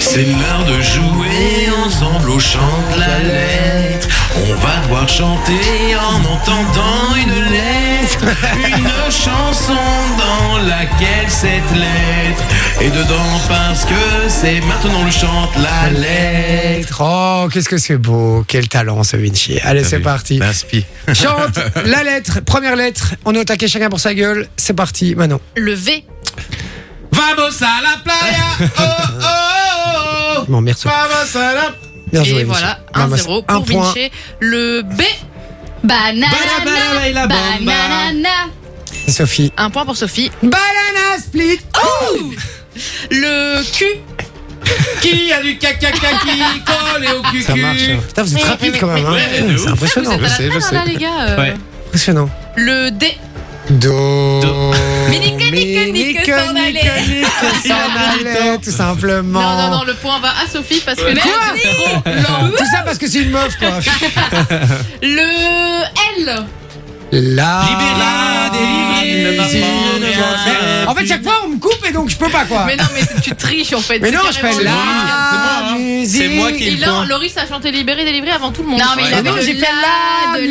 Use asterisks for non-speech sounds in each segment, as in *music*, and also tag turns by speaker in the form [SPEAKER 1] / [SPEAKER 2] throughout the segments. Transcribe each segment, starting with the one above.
[SPEAKER 1] C'est l'heure de jouer ensemble au chant de la lettre. On va devoir chanter en entendant une lettre, une chanson dans laquelle cette lettre est dedans parce que c'est maintenant le chant de la lettre.
[SPEAKER 2] Oh, qu'est-ce que c'est beau. Quel talent ce Vinci. Allez, c'est parti.
[SPEAKER 1] L'inspire.
[SPEAKER 2] *laughs* Chante la lettre. Première lettre. On est au taquet chacun pour sa gueule. C'est parti, Manon.
[SPEAKER 3] Le V.
[SPEAKER 1] Vamos à la playa. Oh, oh, oh, oh.
[SPEAKER 2] Bon, merci.
[SPEAKER 1] Vamos à la
[SPEAKER 2] Bien joué. Vinci.
[SPEAKER 3] et voilà,
[SPEAKER 2] Ramasse
[SPEAKER 3] 1-0
[SPEAKER 2] un
[SPEAKER 3] pour
[SPEAKER 2] point.
[SPEAKER 3] Vinci. Le B. Banana.
[SPEAKER 1] Bada, bada, baila, bamba.
[SPEAKER 3] Banana.
[SPEAKER 2] C'est Sophie.
[SPEAKER 3] Un point pour Sophie.
[SPEAKER 2] Banana split.
[SPEAKER 3] Le Q.
[SPEAKER 2] *laughs*
[SPEAKER 1] Qui a du caca qui collé au cul
[SPEAKER 2] Ça marche. hein. Putain, vous êtes
[SPEAKER 3] Oui,
[SPEAKER 2] rapide
[SPEAKER 3] oui,
[SPEAKER 2] quand même.
[SPEAKER 1] oui.
[SPEAKER 2] hein.
[SPEAKER 1] Ouais, de
[SPEAKER 2] C'est
[SPEAKER 1] ouf.
[SPEAKER 2] impressionnant.
[SPEAKER 3] Vous êtes à la
[SPEAKER 1] je sais,
[SPEAKER 3] fin,
[SPEAKER 1] je
[SPEAKER 3] là, les gars. euh,
[SPEAKER 1] Ouais.
[SPEAKER 2] Impressionnant.
[SPEAKER 3] Le D.
[SPEAKER 2] Do.
[SPEAKER 1] Do.
[SPEAKER 3] Mais nique, nique, nique,
[SPEAKER 2] Nique,
[SPEAKER 3] s'en
[SPEAKER 2] nique,
[SPEAKER 3] aller.
[SPEAKER 2] nique, s'en aller, Tout simplement.
[SPEAKER 3] Non, non, non, le point va à Sophie parce que Merde,
[SPEAKER 2] Oh,
[SPEAKER 3] c'est trop lent.
[SPEAKER 2] Tout ça parce que c'est une meuf,
[SPEAKER 3] *laughs*
[SPEAKER 2] quoi.
[SPEAKER 3] Le L.
[SPEAKER 2] La.
[SPEAKER 1] Libérée, délivrée, ne
[SPEAKER 2] musique.
[SPEAKER 1] m'en reviens
[SPEAKER 2] En fait, chaque fois, on me coupe et donc je peux pas, quoi.
[SPEAKER 3] Mais non, mais c'est- tu triches en fait.
[SPEAKER 2] Ah. Mais
[SPEAKER 3] C'est
[SPEAKER 2] non, je
[SPEAKER 3] carrément
[SPEAKER 2] fais
[SPEAKER 3] le L.
[SPEAKER 2] la musique.
[SPEAKER 1] C'est moi qui ai
[SPEAKER 3] Et
[SPEAKER 1] le
[SPEAKER 3] là,
[SPEAKER 1] point.
[SPEAKER 3] Loris a chanté Libéré, délivré avant tout le monde. Non, mais
[SPEAKER 1] il
[SPEAKER 2] Mais
[SPEAKER 1] avait
[SPEAKER 2] non, j'ai fait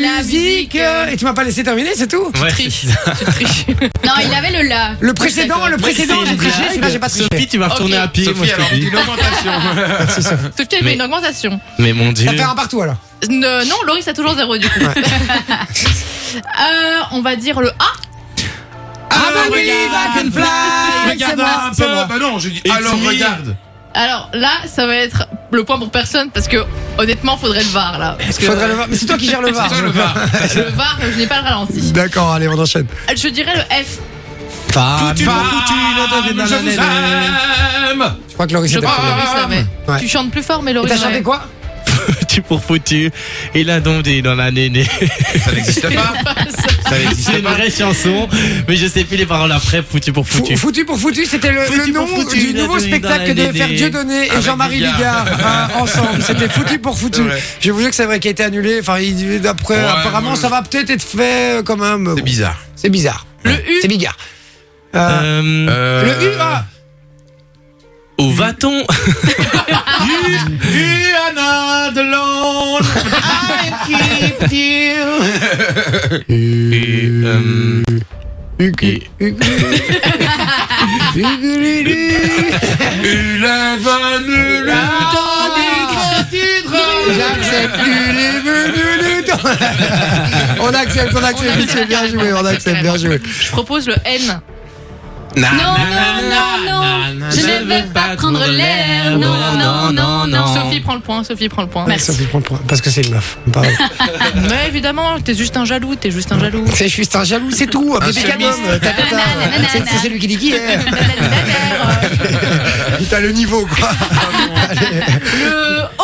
[SPEAKER 2] la, musique. euh, Et tu m'as pas laissé terminer, c'est tout
[SPEAKER 1] Ouais,
[SPEAKER 3] Triche. Tu triches.
[SPEAKER 4] *laughs* Non, il avait le la.
[SPEAKER 2] Le précédent, le précédent, j'ai triché, celui-là, Ah, j'ai pas triché.
[SPEAKER 5] Sophie, tu vas retourner
[SPEAKER 3] Ok.
[SPEAKER 5] à pied, moi je te dis.
[SPEAKER 3] Sophie, elle met
[SPEAKER 5] Mais-
[SPEAKER 3] une augmentation.
[SPEAKER 5] Mais mon dieu.
[SPEAKER 2] Ça fait un partout alors.
[SPEAKER 3] Ne- non, Loris a toujours zéro du coup. *laughs* Euh, on va dire le A.
[SPEAKER 2] Alors
[SPEAKER 1] Ah, regarde,
[SPEAKER 2] regarde,
[SPEAKER 1] Regarde un peu. Bah non, j'ai dit. Alors
[SPEAKER 5] me.
[SPEAKER 1] regarde.
[SPEAKER 3] Alors là, ça va être le point pour personne parce que honnêtement, faudrait le VAR là. Parce que
[SPEAKER 2] Faudrait le voir. Mais c'est toi qui
[SPEAKER 1] *laughs*
[SPEAKER 2] gères le VAR.
[SPEAKER 1] Toi, le bar.
[SPEAKER 3] le VAR, je n'ai pas le ralenti.
[SPEAKER 2] D'accord, allez, on enchaîne.
[SPEAKER 3] Je dirais le F.
[SPEAKER 1] Femme,
[SPEAKER 2] Femme,
[SPEAKER 1] je vous aime.
[SPEAKER 2] Je crois que Loris
[SPEAKER 3] Je
[SPEAKER 2] est
[SPEAKER 3] crois que
[SPEAKER 2] d'accord.
[SPEAKER 3] Loris l'avait.
[SPEAKER 2] Ouais.
[SPEAKER 3] Tu chantes plus fort, mais
[SPEAKER 2] Et
[SPEAKER 3] Loris.
[SPEAKER 2] t'as
[SPEAKER 3] l'avait.
[SPEAKER 2] chanté quoi
[SPEAKER 5] Foutu pour foutu. Il a tombé dans la nénée.
[SPEAKER 1] Ça n'existe
[SPEAKER 5] *laughs*
[SPEAKER 1] pas. Ça
[SPEAKER 5] C'est
[SPEAKER 1] n'existe
[SPEAKER 5] une
[SPEAKER 1] pas.
[SPEAKER 5] vraie chanson, mais je sais plus les paroles après. Foutu pour
[SPEAKER 2] Fou-
[SPEAKER 5] foutu.
[SPEAKER 2] Foutu pour foutu, c'était le,
[SPEAKER 5] Foutu
[SPEAKER 2] le nom
[SPEAKER 5] pour foutu,
[SPEAKER 2] du
[SPEAKER 5] il a
[SPEAKER 2] nouveau
[SPEAKER 5] donné dans
[SPEAKER 2] spectacle
[SPEAKER 5] la
[SPEAKER 2] que devait
[SPEAKER 5] DD.
[SPEAKER 2] faire Dieudonné et
[SPEAKER 1] Avec
[SPEAKER 2] Jean-Marie Bigard,
[SPEAKER 1] Bigard.
[SPEAKER 2] hein, ensemble. C'était foutu pour foutu.
[SPEAKER 1] Ouais.
[SPEAKER 2] Je vous jure que c'est vrai qu'il a été annulé. Enfin, il- d'après,
[SPEAKER 1] Ouais,
[SPEAKER 2] apparemment,
[SPEAKER 1] ouais.
[SPEAKER 2] ça va peut-être être fait euh, quand même.
[SPEAKER 1] C'est
[SPEAKER 2] Bon,
[SPEAKER 1] bizarre.
[SPEAKER 2] C'est bizarre.
[SPEAKER 3] Le U.
[SPEAKER 2] C'est Bigard. Euh,
[SPEAKER 5] Euh,
[SPEAKER 2] Le U, ah,
[SPEAKER 5] Où va-t-on
[SPEAKER 1] You are not alone. I keep you.
[SPEAKER 5] Euh,
[SPEAKER 1] Il est venu le temps du gratitude.
[SPEAKER 2] Ah. J'accepte, il est venu le *laughs* temps. On accepte, on accepte, Michel, bien joué, on accepte, bien joué.
[SPEAKER 3] Je propose le N.
[SPEAKER 5] na,
[SPEAKER 4] Non,
[SPEAKER 5] na,
[SPEAKER 4] non,
[SPEAKER 5] na,
[SPEAKER 4] non,
[SPEAKER 5] na, na,
[SPEAKER 4] je ne veux pas prendre l'air. Non, non, non, non.
[SPEAKER 3] Sophie prend le point. Sophie prend le point.
[SPEAKER 2] Sophie, prends le point, Parce que c'est une meuf. Pareil.
[SPEAKER 3] Mais évidemment, t'es juste un jaloux. T'es juste un jaloux.
[SPEAKER 2] *laughs* C'est juste un jaloux, c'est tout. Un bébé
[SPEAKER 1] chemiste.
[SPEAKER 2] canon. euh, ta, ta, ta.
[SPEAKER 4] Nanana.
[SPEAKER 2] C'est c'est celui qui dit qui est.
[SPEAKER 3] le
[SPEAKER 2] *laughs* T'as le niveau, quoi.
[SPEAKER 3] O.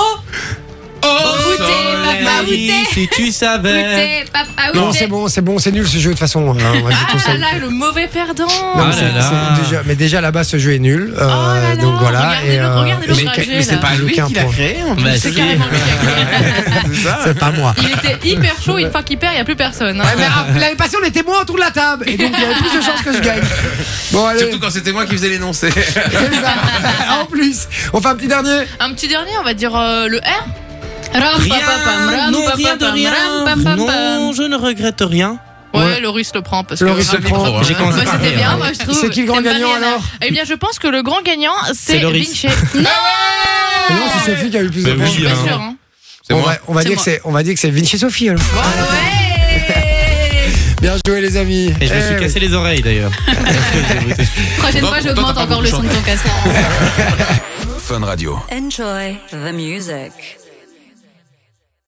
[SPEAKER 5] Oh,
[SPEAKER 4] Goûter,
[SPEAKER 5] soleil,
[SPEAKER 2] Bah,
[SPEAKER 4] papa, goûter.
[SPEAKER 5] si tu savais.
[SPEAKER 4] Goûter, papa,
[SPEAKER 2] Non,
[SPEAKER 4] goûter.
[SPEAKER 2] c'est bon, c'est bon, c'est nul ce jeu de toute façon. hein, moi, je vous
[SPEAKER 3] Ah là
[SPEAKER 2] conseille.
[SPEAKER 3] là, le mauvais perdant.
[SPEAKER 2] Non,
[SPEAKER 5] Ah
[SPEAKER 2] c'est-
[SPEAKER 5] là là.
[SPEAKER 2] c'est déjà- mais déjà là-bas, ce jeu est nul. euh,
[SPEAKER 3] là là,
[SPEAKER 2] donc voilà.
[SPEAKER 3] regardez-le,
[SPEAKER 2] et, euh,
[SPEAKER 3] regardez-le
[SPEAKER 2] mais-
[SPEAKER 3] rager,
[SPEAKER 2] mais c'est
[SPEAKER 3] là.
[SPEAKER 2] pas lui qui l'a créé.
[SPEAKER 5] Bah,
[SPEAKER 3] C'est
[SPEAKER 5] si. *laughs*
[SPEAKER 3] carrément le
[SPEAKER 2] *laughs*
[SPEAKER 3] mec.
[SPEAKER 2] C'est pas moi.
[SPEAKER 3] Il était hyper chaud. Une fois qu'il perd, il n'y a plus personne. hein.
[SPEAKER 2] Ouais, mais, ah, L'année passée, on était moins autour de la table. Et donc, il y avait plus de chances que je gagne. Bon, allez,
[SPEAKER 1] Surtout quand c'était moi qui faisais l'énoncé.
[SPEAKER 2] c'est ça. *laughs* en plus, on fait un petit dernier.
[SPEAKER 3] Un petit dernier, on va dire euh, le R. Ram,
[SPEAKER 5] Rien,
[SPEAKER 3] pam, pam, ram,
[SPEAKER 5] non,
[SPEAKER 3] pam,
[SPEAKER 5] rien de
[SPEAKER 3] pam,
[SPEAKER 5] rien.
[SPEAKER 3] ram, pam, pam, pam.
[SPEAKER 5] Non, je ne regrette rien.
[SPEAKER 3] Ouais,
[SPEAKER 2] Ouais.
[SPEAKER 3] Loris le prend parce que.
[SPEAKER 2] Loris
[SPEAKER 1] le
[SPEAKER 2] se prend.
[SPEAKER 1] micro, hein.
[SPEAKER 5] J'ai
[SPEAKER 3] Bah,
[SPEAKER 5] commencé par
[SPEAKER 3] c'était
[SPEAKER 5] rire.
[SPEAKER 3] bien, moi je trouve.
[SPEAKER 2] C'est qui le grand
[SPEAKER 3] T'aimes pas
[SPEAKER 2] gagnant,
[SPEAKER 3] Rihanna
[SPEAKER 2] alors
[SPEAKER 3] Eh bien, je pense que le grand gagnant, c'est
[SPEAKER 5] C'est Loris.
[SPEAKER 2] *laughs*
[SPEAKER 3] Vinci.
[SPEAKER 2] Mais Non, c'est Sophie qui a eu le plus de
[SPEAKER 5] Bah oui,
[SPEAKER 2] points.
[SPEAKER 3] Je suis
[SPEAKER 5] hein.
[SPEAKER 3] pas sûre, hein.
[SPEAKER 1] C'est
[SPEAKER 2] On
[SPEAKER 1] moi.
[SPEAKER 2] va- on va
[SPEAKER 3] Ah, C'est
[SPEAKER 2] dire que
[SPEAKER 3] moi.
[SPEAKER 2] c'est- on va dire que c'est Vinci Sophie. alors. Bien joué, les amis.
[SPEAKER 5] Et je me
[SPEAKER 2] Eh
[SPEAKER 5] suis
[SPEAKER 2] oui.
[SPEAKER 5] cassé les oreilles d'ailleurs. *laughs*
[SPEAKER 4] Prochaine
[SPEAKER 1] Toi,
[SPEAKER 4] fois,
[SPEAKER 1] toi,
[SPEAKER 4] j'augmente
[SPEAKER 1] t'as pas
[SPEAKER 4] encore le
[SPEAKER 1] beaucoup
[SPEAKER 4] son de ton casque.
[SPEAKER 1] Fun Radio.
[SPEAKER 6] Enjoy the music.